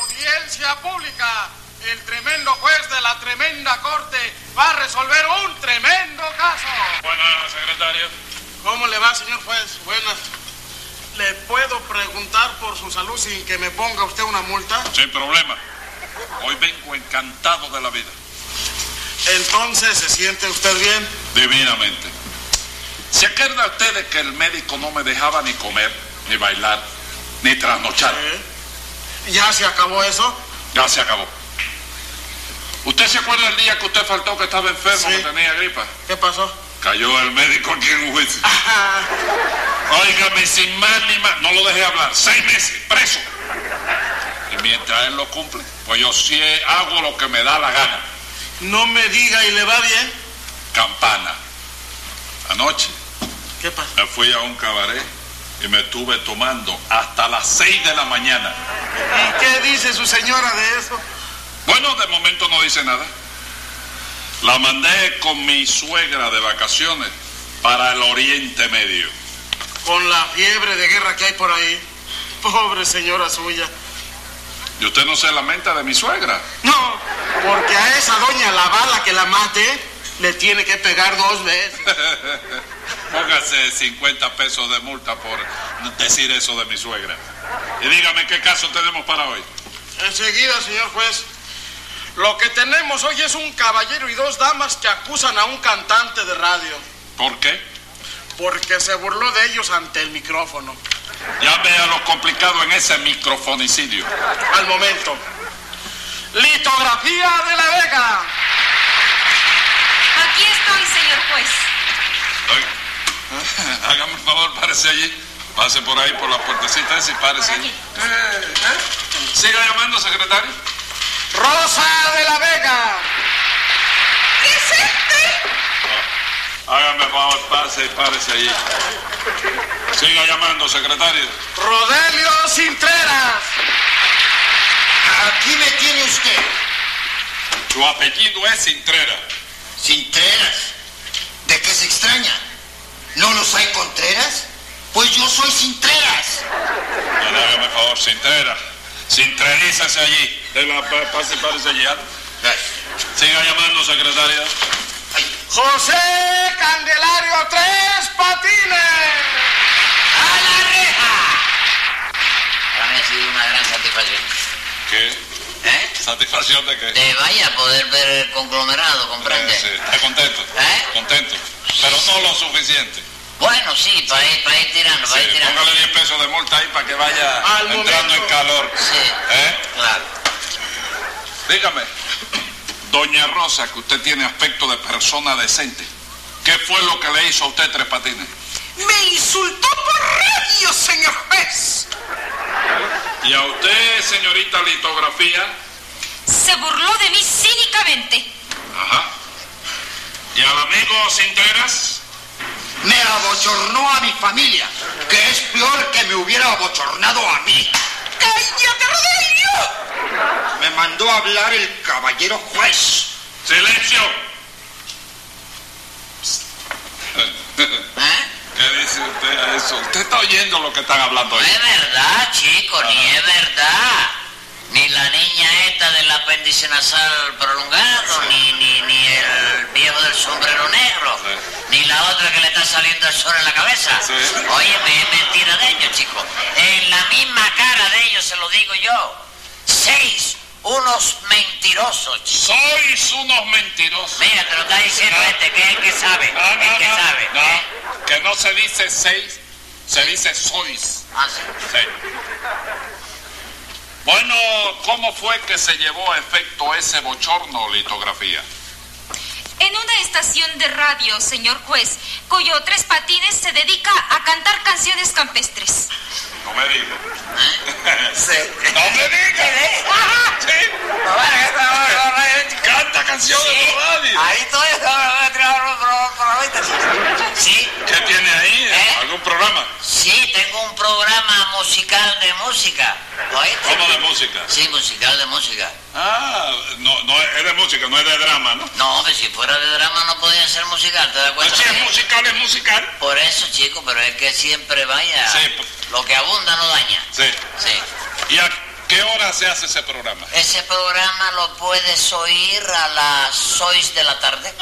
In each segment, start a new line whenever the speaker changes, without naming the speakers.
audiencia pública, el tremendo juez de la tremenda corte va a resolver un tremendo caso.
Buenas, secretario.
¿Cómo le va, señor juez? Buenas. ¿Le puedo preguntar por su salud sin que me ponga usted una multa?
Sin problema. Hoy vengo encantado de la vida.
Entonces, ¿se siente usted bien?
Divinamente. ¿Se acuerda usted de que el médico no me dejaba ni comer, ni bailar, ni trasnochar?
¿Eh? ¿Ya se acabó eso?
Ya se acabó. ¿Usted se acuerda el día que usted faltó que estaba enfermo,
Sí.
que tenía gripa?
¿Qué pasó?
Cayó el médico aquí en un juicio. Óigame, sin más ni más, no lo dejé hablar. Seis meses, preso. Y mientras él lo cumple, pues yo sí hago lo que me da la gana.
No me diga y le va bien.
Campana. Anoche
¿Qué pasa?
me fui a un cabaret y me estuve tomando hasta las seis de la mañana.
¿Y qué dice su señora de eso?
Bueno, de momento no dice nada. La mandé con mi suegra de vacaciones para el Oriente Medio.
Con la fiebre de guerra que hay por ahí. Pobre señora suya.
¿Y usted no se lamenta de mi suegra?
No, porque a esa doña la bala que la mate le tiene que pegar dos veces.
Póngase 50 pesos de multa por decir eso de mi suegra. Y dígame qué caso tenemos para hoy.
Enseguida, señor juez. Lo que tenemos hoy es un caballero y dos damas que acusan a un cantante de radio
¿Por qué?
porque se burló de ellos ante el micrófono.
Ya vea lo complicado en ese microfonicidio.
Al momento. Litografía de la Vega.
Aquí estoy, señor juez.
Oiga, Hágame Ah, un favor, párese allí. Pase por ahí, por la puertecita esa y párese.
Por aquí.
allí. Eh, eh. Siga llamando, secretario.
Rosa de la Vega.
¡Presente!
Hágame el favor, pase y párese allí. Siga llamando, secretario.
Rodelio Cintreras.
Aquí me tiene usted,
Su apellido es Cintrera.
Cintreras. ¿De qué se extraña? ¿No los hay Contreras? Pues yo soy Cintreras.
Bueno, hágame el favor, Cintrera. Cintrerízase allí. De la, pa- pase y párese allí. ¿ah? Siga llamando, secretario.
José Candelario Tres Patines.
¡A la reja! Para mí ha sido una gran satisfacción.
¿Qué?
¿Eh?
¿Satisfacción de qué?
Te vaya a poder ver el conglomerado, ¿comprende?
Eh, sí, ¿Está contento?
¿Eh?
Contento. Pero no lo suficiente.
Bueno, sí, para ir, para ir tirando,
Sí,
para ir tirando.
póngale 10 pesos de multa ahí para que vaya
Al
entrando en
momento.
calor.
Sí.
¿Eh?
Claro.
Dígame, doña Rosa, que usted tiene aspecto de persona decente. ¿Qué fue lo que le hizo a usted Tres Patines?
Me insultó por radio, señor juez.
Y a usted, señorita litografía.
Se burló de mí cínicamente.
Ajá. Y al amigo Cinteras.
Me abochornó a mi familia, que es peor que me hubiera abochornado a mí.
¡Cállate, Rodelio!
Me mandó a hablar el caballero juez.
¡Silencio!
¿Eh?
¿Qué dice usted a eso? Usted está oyendo lo que están hablando
No
ahí.
es verdad, chico, ni es verdad. Ni la niña esta del apéndice nasal prolongado, ni, ni, ni el viejo del sombrero negro,
Sí.
ni la otra que le está saliendo el sol en la cabeza.
Sí.
Oye, es mentira de ellos, chico. En la misma cara de ellos se lo digo yo. Seis, unos mentirosos, chico.
Sois unos mentirosos.
Mira, te lo está diciendo este, que es el que sabe,
No, no,
el que
no,
sabe.
no,
¿eh?
que no se dice seis, se dice sois.
Ah, sí.
Sí. Bueno, ¿cómo fue que se llevó a efecto ese bochorno litografía?
En una estación de radio, señor juez, cuyo Tres Patines se dedica a cantar canciones campestres.
No me digas.
Sí.
¡No me digas! Sí, ¡Canta canciones de radio!
Ahí estoy, Sí,
¿Qué tiene ahí?
¿Eh?
¿Algún programa?
sí, tengo un programa musical de música. ¿Oíste?
¿Cómo de música?
Sí, musical de música.
Ah, no, no, es de música, no es de drama, ¿no?
No, hombre, si fuera de drama no podía ser musical, ¿te das cuenta?
Si Pues es musical, es musical.
Por eso, chico, pero es que siempre vaya.
Sí.
Lo que abunda no daña.
Sí.
Sí.
¿Y a qué hora se hace ese programa?
Ese programa lo puedes oír a las 6 de la tarde.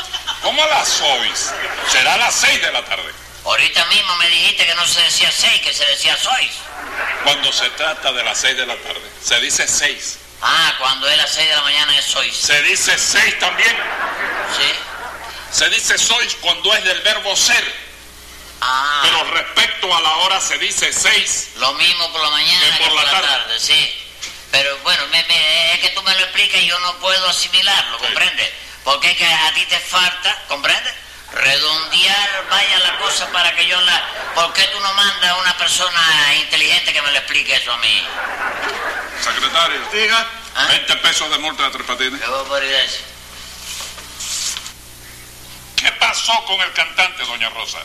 ¿Cómo a las sois? Será a las seis de la tarde.
Ahorita mismo me dijiste que no se decía 6, que se decía 6.
Cuando se trata de las seis de la tarde, se dice seis.
Ah, cuando es las 6 de la mañana es 6.
Se dice seis también.
¿Sí?
Se dice sois cuando es del verbo ser.
Ah,
Pero respecto a la hora se dice seis.
lo mismo por la mañana
que
que
por la tarde.
sí. Pero bueno, me- me- es que tú me lo explicas y yo no puedo asimilarlo,
Sí.
¿comprendes? Porque es que a ti te falta, ¿comprendes? Redondear, vaya la cosa para que yo la... ¿Por qué tú no mandas a una persona inteligente que me lo explique eso a mí?
Secretario,
Diga,
¿Ah?
20 pesos de multa de tres patines.
Qué barbaridad.
¿Qué pasó con el cantante, doña Rosa?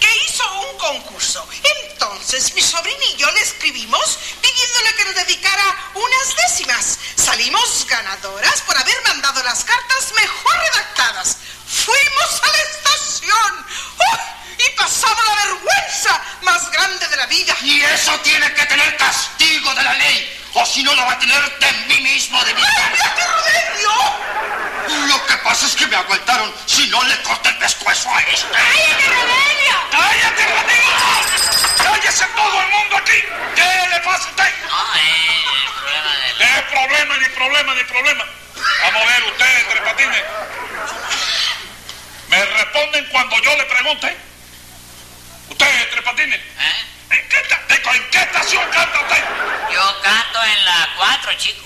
que hizo un concurso. Entonces mi sobrino y yo le escribimos pidiéndole que nos dedicara unas décimas. Salimos ganadoras por haber mandado las cartas mejor redactadas. Fuimos a la estación ¡Uy! y pasamos la vergüenza más grande de la vida.
Y eso tiene que tener castigo de la ley, o si no lo va a tener de mí mismo, de mi
¡Cámbiate, Rodelio!
Lo que pasa es que me aguantaron, si no le corté el pescuezo a este.
¡Cállate, Rodrigo! ¡Cállese todo el mundo aquí! ¿Qué le pasa a usted?
No, es el problema de él.
¿Qué Eh, problema, ni problema, ni problema? Vamos a ver ustedes, tres patines. Me responden cuando yo le pregunte. Ustedes, tres patines,
¿Eh?
¿en qué, esta- de- en qué estación canta usted?
Yo canto en la 4, chico.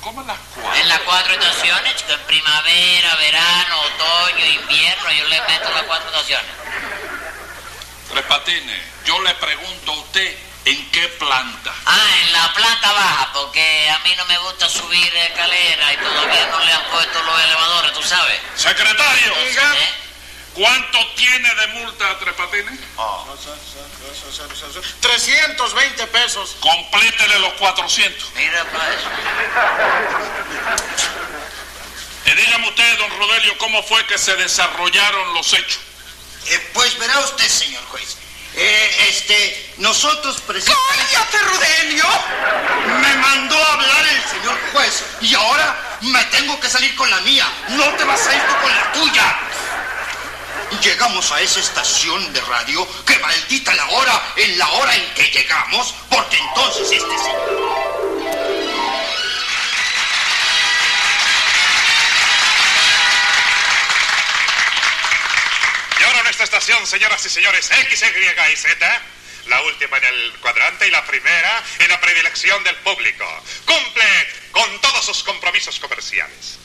¿Cómo las
En las cuatro estaciones, chico, en primavera, verano, otoño, invierno, yo le meto las cuatro estaciones.
Tres patines, yo le pregunto a usted en qué planta.
Ah, en la planta baja, porque a mí no me gusta subir escaleras y todavía no le han puesto los elevadores, tú sabes.
Secretario,
diga.
¿Eh?
¿cuánto tiene de multa a tres patines?
320 pesos.
Complétele los 400.
Mira para eso.
Y Eh, dígame usted, don Rodelio, cómo fue que se desarrollaron los hechos.
Eh, pues verá usted, señor juez. Eh, este, nosotros precisamente...
¡Cállate, Rodelio!
Me mandó a hablar el señor juez y ahora me tengo que salir con la mía. No te vas a ir tú con la tuya. Llegamos a esa estación de radio que maldita la hora en la hora en que llegamos, porque entonces este señor...
Y ahora nuestra estación, señoras y señores, X, Y y Z. La última en el cuadrante y la primera en la predilección del público. Cumple con todos sus compromisos comerciales.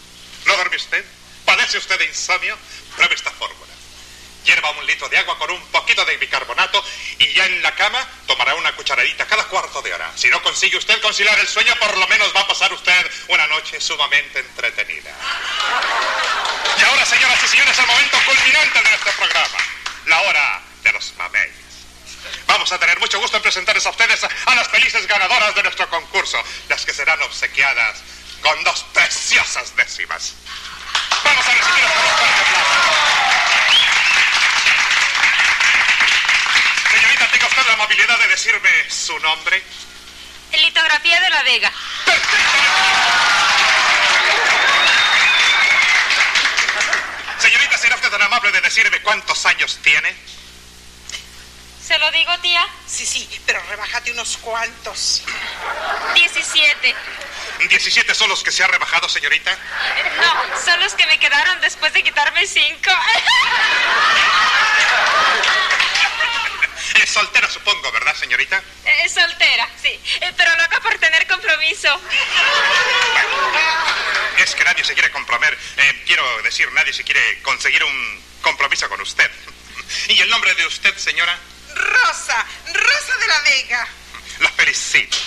¿No duerme usted? ¿Padece usted de insomnio? Pruebe esta fórmula. Hierva un litro de agua con un poquito de bicarbonato y ya en la cama tomará una cucharadita cada cuarto de hora. Si no consigue usted conciliar el sueño, por lo menos va a pasar usted una noche sumamente entretenida. Y ahora, señoras y señores, el momento culminante de nuestro programa. La hora de los mameyes. Vamos a tener mucho gusto en presentarles a ustedes a, a las felices ganadoras de nuestro concurso, las que serán obsequiadas con dos preciosas décimas. Vamos a recibirlas con un fuerte aplauso. Señorita, tenga usted la amabilidad de decirme su nombre.
Litografía de la Vega.
Señorita, ¿será usted tan amable de decirme cuántos años tiene?
Se lo digo, tía.
Sí, sí, pero rebájate unos cuantos.
17.
17 son los que se ha rebajado, señorita.
No, son los que me quedaron después de quitarme 5.
Es soltera, supongo, ¿verdad, señorita?
soltera, sí. Eh, pero loca por tener compromiso.
Es que nadie se quiere comprometer. eh, quiero decir, nadie se quiere conseguir un compromiso con usted. ¿Y el nombre de usted, señora?
Rosa, Rosa de la Vega.
La felicito.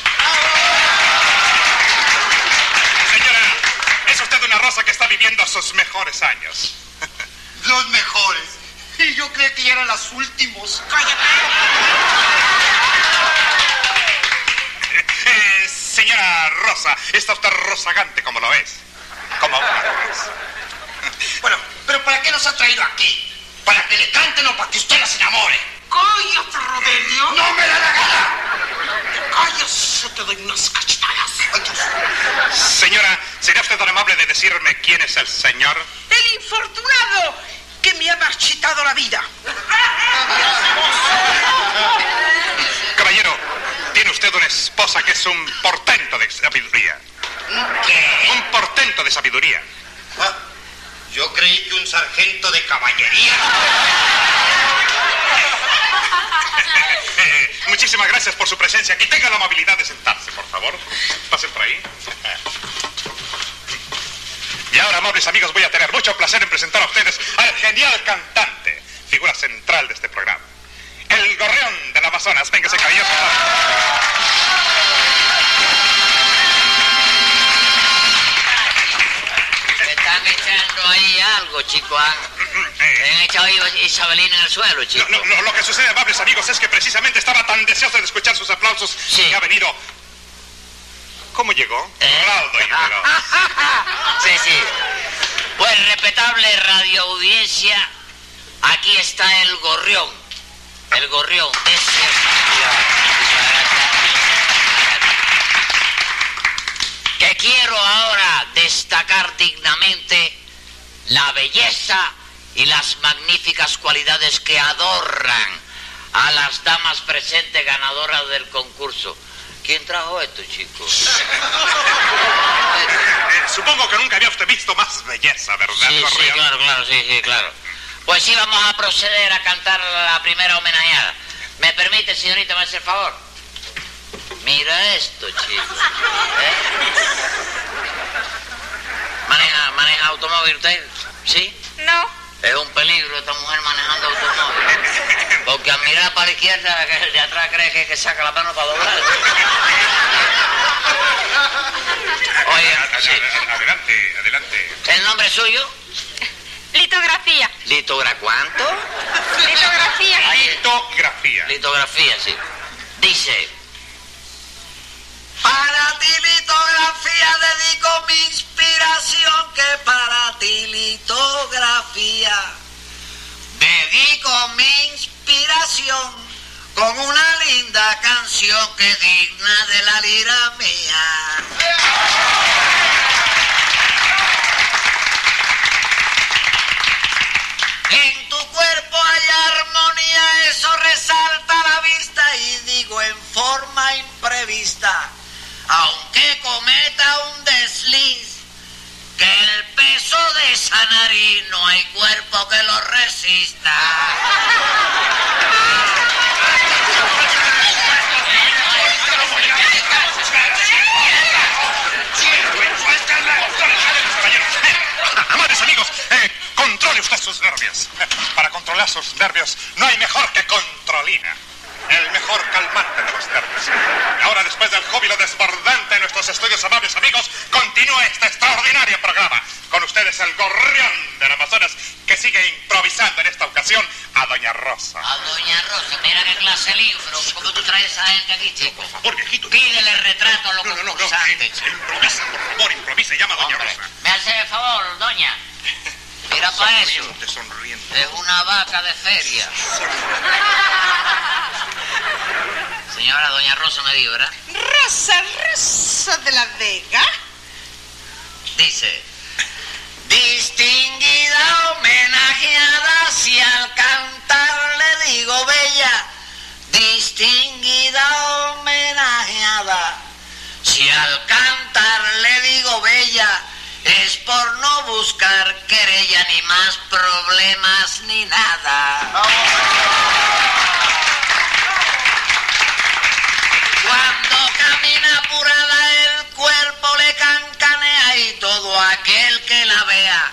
Señora, es usted una rosa que está viviendo sus mejores años.
Los mejores. Y yo creí que ya eran los últimos.
Eh, señora Rosa, está usted rozagante como lo es. Como una rosa.
Bueno, pero ¿para qué nos ha traído aquí? ¿Para que le canten o para que usted las enamore?
¡Cállate, Rodelio!
¡No me da la gana!
¡Cállate, te doy unas cachetadas.
Ay, Dios mío.
Señora, ¿sería usted tan amable de decirme quién es el señor?
El infortunado que me ha marchitado la vida.
Caballero, tiene usted una esposa que es un portento de sabiduría.
¿Qué?
Un portento de sabiduría.
Ah, Yo creí que un sargento de caballería.
Eh, muchísimas gracias por su presencia. Aquí tenga la amabilidad de sentarse, por favor. Pasen por ahí. Y ahora, amables amigos, voy a tener mucho placer en presentar a ustedes al genial cantante, figura central de este programa. El gorrión del Amazonas. Véngase, caballero.
¿Te están echando ahí algo, chico? ah? ¿Te han echado ahí Isabelina en el suelo, chico?
Lo, lo- lo que sucede, amables amigos, es que precisamente estaba tan deseoso de escuchar sus aplausos
Sí.
que ha venido. ¿Cómo llegó?
¿Eh?
Raudo y veloz.
Sí, sí. Pues respetable radioaudiencia, aquí está el gorrión. El gorrión de ese- Que quiero ahora destacar dignamente la belleza y las magníficas cualidades que adornan a las damas presentes ganadoras del concurso. ¿Quién trajo esto, chicos?
Eh, supongo que nunca había usted visto más belleza, ¿verdad,
Sí, sí,
Correa?
claro, claro, sí, sí, claro. Pues sí, vamos a proceder a cantar la primera homenajeada. ¿Me permite, señorita, me hace el favor? Mira esto, chico. ¿eh? ¿Maneja, maneja automóvil usted? ¿Sí?
No,
Es un peligro esta mujer manejando automóvil. Porque al mirar para la izquierda, que el de atrás cree que, que saca la mano para doblar. Oye,
Ad-
sí.
ad- Adelante, adelante.
¿el nombre suyo?
litografía,
Litora, ¿cuánto?
litografía.
Litografía.
Litografía, sí. Dice,
Para ti litografía dedico mi inspiración que para ti litografía dedico mi inspiración con una linda canción que es digna de la lira mía. En tu cuerpo hay armonía, eso resalta la vista y digo en forma imprevista, aunque cometa un desliz, que el peso de esa nariz no hay cuerpo que lo resista.
Amables amigos, eh, controle usted sus nervios. Eh, Para controlar sus nervios no hay mejor que controlina. El mejor calmante de los nervios. Ahora, después del júbilo desbordante de nuestros estudios, amables amigos, continúa este extraordinario programa. Con ustedes el gorrión del Amazonas que sigue improvisando en esta ocasión a Doña Rosa.
a Doña Rosa, mira qué clase de libro, ¿cómo tú traes a esa gente aquí, chico?
Por favor, viejito.
Pídele retrato a los
No, no, no, no.
concursantes, chico.
Improvisa, por favor, improvisa. Llama a Doña
Hombre,
Rosa.
me hace el favor, doña. Mira para eso,
Sonriente, sonriente.
es una vaca de feria. Señora, Doña Rosa me dijo, ¿verdad?
Rosa, Rosa de la Vega.
Dice,
Distinguida homenajeada, si al cantar le digo bella, distinguida homenajeada, si al cantar le digo bella, es por no buscar querella ni más problemas ni nada. Cuando camina apurada el cuerpo le cancanea y todo aquel que la vea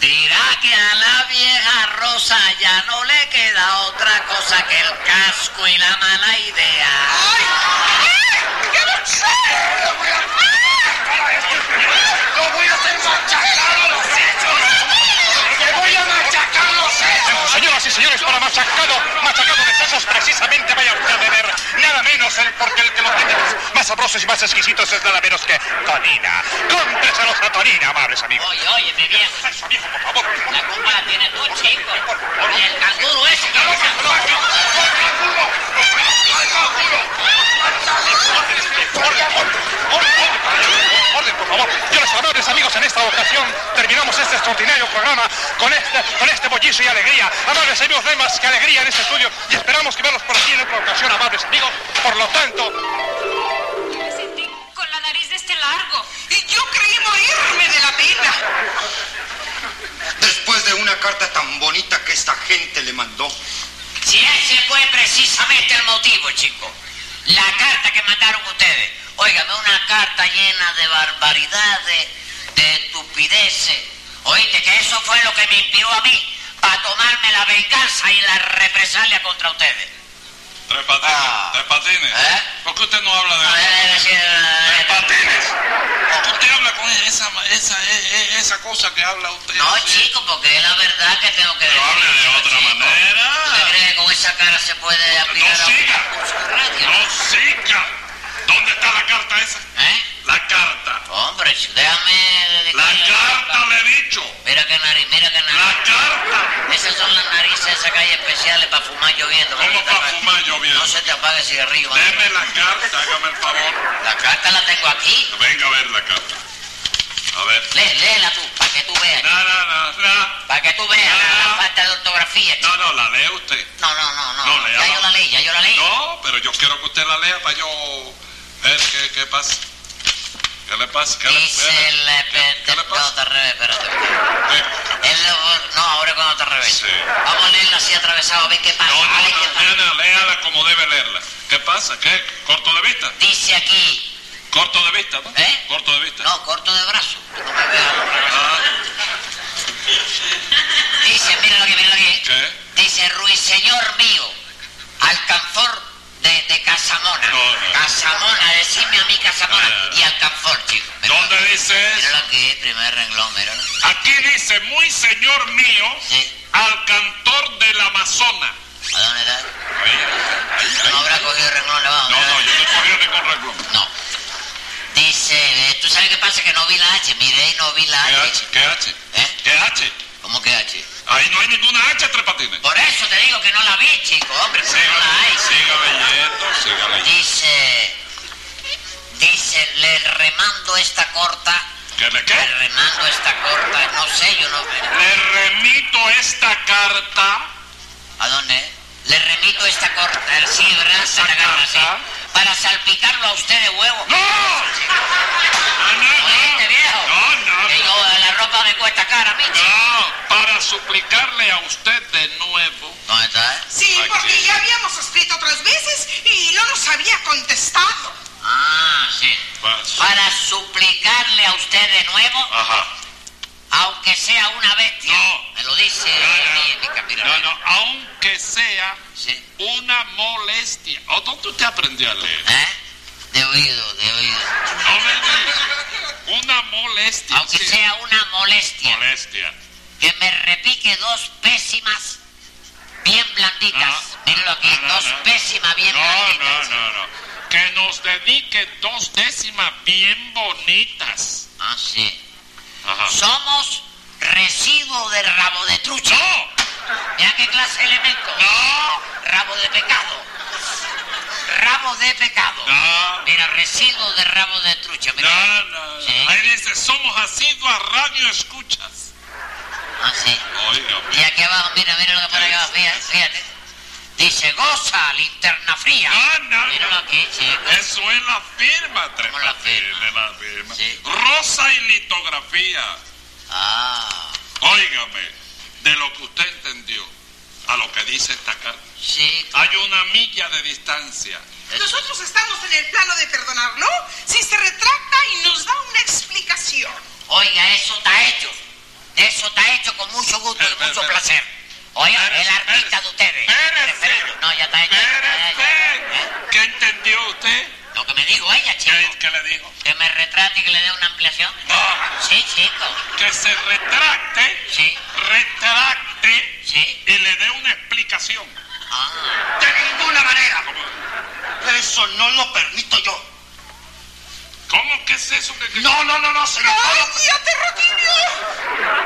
dirá que a la vieja Rosa ya no le queda otra cosa que el casco y la mala idea.
¡Lo voy a hacer machacar a los hechos! ¡Le voy a machacar a los hechos!
Señoras y señores, para machacado, machacado de sesos, precisamente vaya usted a beber nada menos el porque el que los tiene más- más sabrosos y más exquisitos es nada menos que Tonina. Cómpreselos a Tonina, amables amigos.
oye, oye, mi viejo,
Eso, viejo, por favor.
la culpa la tienes tú, chico. Y el canguro ese, que lo
¡Ay, Maduro! ¡Ay, Maduro! ¡Ay, Maduro!
este extraordinario programa con este, con este bollizo y alegría. Amables amigos, no hay más que alegría en este estudio y esperamos que verlos por aquí en otra ocasión, amables amigos. Por lo tanto,
Me sentí con la nariz de este largo.
Y yo creí morirme de la pena.
Después de una carta tan bonita que esta gente le mandó.
Si ese fue precisamente el motivo, chico. La carta que mandaron ustedes. Óigame, una carta llena de barbaridades, de estupideces. Oíste, que eso fue lo que me inspiró a mí para tomarme la venganza y la represalia contra ustedes.
Tres patines,
Ah.
tres patines.
¿Eh?
¿Por qué usted no habla de
A ver, a ver, sí, a
Tres
ver.
patines? ¿Por qué usted habla con esa, esa, e- e- esa cosa que habla usted?
No,
así?
chico, porque es la verdad que tengo que
Pero
decir.
hable de otra manera.
¿Usted cree que con esa cara se puede aspirar
No
a un
siga.
concurso de radio?
No siga. ¿Dónde está la carta esa?
¿Eh?
La carta.
Hombre, chico, déjame
La
dedicarle
carta le he dicho.
Mira qué nariz, mira qué nariz.
La carta.
Esas son las narices esas que hay especiales para fumar lloviendo.
¿Cómo
Manolita
para
Carta.
fumar lloviendo?
No se te apague el cigarrillo. Manolita.
Deme la carta, hágame el favor.
La carta la tengo aquí.
Venga a ver la carta. A ver.
Lé, léela tú, para que tú veas.
No, no, no, no.
Para que tú veas la, la falta de ortografía. chico.
No, no, la lee usted.
No, no, no, no.
No, léala.
ya yo la leí, ya yo la leí.
No, pero yo quiero que usted la lea para yo ver qué, qué pasa. ¿Qué le pasa? ¿Qué le,
Dice la...
qué- qué le
No,
pasa?
está al revés, espérate.
Eh,
El- no, ahora cuando te revés.
Sí.
Vamos a leerla así atravesado, a ver qué pasa.
No,
a
no,
ver qué
no,
pasa.
nena, léala como debe leerla. ¿Qué pasa? ¿Qué? ¿Corto de vista?
Dice aquí,
¿Corto de vista? ¿no?
¿Eh?
¿Corto de vista?
no, corto de brazo. Tú no me veas.
Ah,
Dice, míralo aquí, míralo aquí.
¿Qué?
Dice, ruiseñor mío, alcanfor de, de Casamona.
No, no.
Casamona, decime a mí Casamona.
No, no, no.
Y alcanfor, chico. Míralo
¿Dónde dice
Míralo
eso?
aquí, primer renglón, míralo.
Aquí dice, muy señor mío,
Sí.
al cantor del Amazonas.
¿A dónde está?
Ahí, ahí, ahí.
No habrá cogido el renglón abajo.
No, no, yo no he cogido ningún renglón.
No. Dice, eh, ¿tú sabes qué pasa? Que no vi la H, miré y no vi la
¿Qué
H.
H? ¿Qué H?
¿Eh?
¿Qué H?
¿Cómo que H?
Ahí no hay ninguna H, Tres Patines.
Por eso te digo que no la vi, chico, hombre, porque no la hay.
siga leyendo, siga leyendo.
Dice, dice, le remando esta corta,
¿Qué le
le
qué?
remando esta corta, no sé, yo no...
Le remito esta carta.
¿A dónde? Le remito esta corta, sí, ¿verdad? Se la agarra así,
corta.
para salpicarlo a usted de huevo.
¡No! Ah, No,
Oíste, viejo.
no, no,
Que
no,
yo, eh, la ropa me cuesta cara a mí, chico.
no, para suplicarle a usted de nuevo.
¿Dónde está, eh?
Sí,
Ay,
porque
sí.
ya habíamos escrito tres veces y no nos había contestado.
Ah, sí.
Paso.
Para suplicarle a usted de nuevo,
Ajá.
aunque sea una bestia.
No.
Me lo dice
No, no.
mi- mi capirón.
No, no, aunque sea
Sí.
una molestia. ¿O dónde usted aprendió a leer?
¿Eh? De oído, de oído.
No le digo. Una molestia.
Aunque
sí.
sea una molestia,
Molestia.
que me repique dos pésimas bien blanditas.
No.
Mírenlo aquí,
No, no,
dos
no.
pésimas bien
No, no,
blanditas.
no, no. Que nos dedique dos décimas bien bonitas.
Ah, sí.
Ajá.
Somos residuo de rabo de trucha.
¡No!
Mira qué clase de elemento.
¡No!
Rabo de pecado. Rabo de pecado.
No.
Mira, residuo de rabo de trucha. Mira.
No, no, no.
Sí.
Ahí dice, somos asiduos a radio escuchas.
Ah, sí.
Oiga,
Y aquí abajo, mira, mira lo que pone aquí abajo, fíjate, fíjate. Dice, goza, linterna fría.
No, no,
Míralo
no. Eh.
aquí, chico.
eso es la firma, Tres
¿Cómo la
Patines,
firma?
la firma.
Sí.
Rosa y litografía.
Ah,
Óigame, de lo que usted entendió a lo que dice esta carta.
sí.
Hay una milla de distancia.
Eh.
Nosotros estamos en el plano de perdonarlo si se retracta y nos da una explicación.
Oiga, eso está hecho. Eso está hecho con mucho gusto
Espera,
y mucho
espera,
placer. Oiga,
Espérese,
el artista
espérese.
de ustedes.
Espérese.
Referendo. No, ya está hecho. ya, ya, ya. ¿Eh?
Espérese. ¿Qué entendió usted?
Lo que me dijo ella, chico.
¿Qué, qué le dijo?
Que me retrate y que le dé una ampliación.
No,
Sí, chico.
que se retracte,
Sí,
retracte
sí.
y le dé una explicación.
Ah,
¡De ninguna manera! Eso no lo permito yo.
¿Cómo que es eso? que- que-
No, no, no, no, señor. no
¡Ay,
lo-
tía Terroquillo!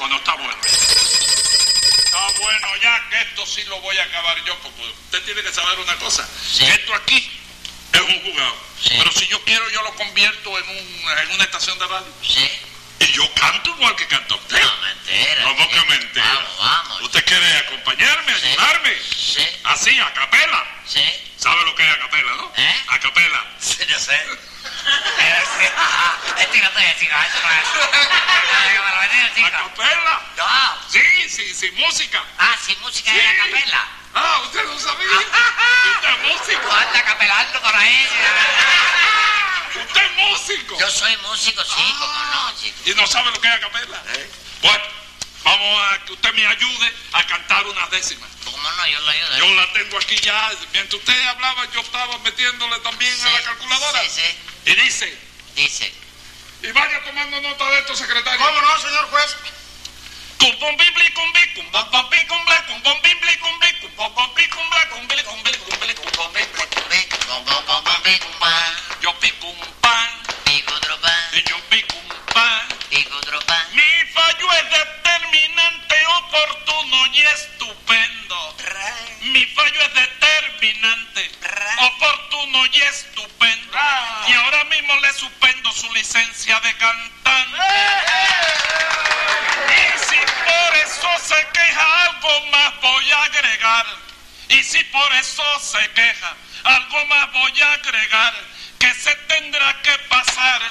O no está bueno. Está bueno ya que esto sí lo voy a acabar yo, porque usted tiene que saber una cosa.
Sí.
Esto aquí es un jugado.
Sí.
Pero si yo quiero, yo lo convierto en, un- en una estación de radio.
sí.
Y yo
Yo canto igual que canta usted.
No me entera.
¿Cómo que
chico.
me entera?
Vamos, vamos.
¿Usted quiere acompañarme,
Sí.
ayudarme?
Sí,
Así, a capela.
sí.
¿Sabe lo que es a capela, no?
¿Eh?
A capela.
Sí, yo sé. Estírate, chico.
¿A capela?
No.
Sí, sí, sí, música.
Ah, sin música de la
Sí.
capela.
Ah, usted no sabía. usted es músico.
Tú andas capelando por ahí.
Usted es músico.
Yo soy músico,
Ah.
sí, como no, chico.
Y no sabe lo que es a capela.
¿Eh?
Bueno, vamos a que usted me ayude a cantar unas décimas.
Como no, yo lo ayudo.
Yo la tengo aquí ya. Mientras usted hablaba, yo estaba metiéndole también a la calculadora.
Sí, sí.
Y dice,
Dice.
y vaya tomando nota de esto, secretario.
¿Cómo no, señor juez?
Cumbum, bibli, cumbi, cumbum, bombi, cumbla, cumbum, bibli, cumbi, cumbum, bombi, cumbla, cumbili, cumbili, cumbili, cumbum, bibli. Yo pico un pan, y yo pico un pan. Mi fallo es determinante, oportuno y estupendo. Mi fallo es determinante, oportuno y estupendo. Y ahora mismo le suspendo su licencia de cantante. Y si por eso se queja, algo más voy a agregar. Y si por eso se queja, algo más voy a agregar. Que se tendrá que pasar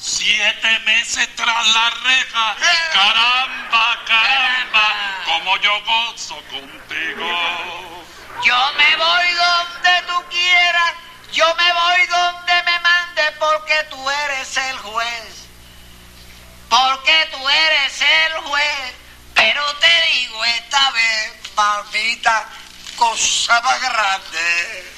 siete meses tras la reja. Caramba, caramba, como yo gozo contigo.
Yo me voy donde tú quieras, yo me voy donde me mande porque tú eres el juez. Porque tú eres el juez. Pero te digo esta vez, mamita, cosa más grande.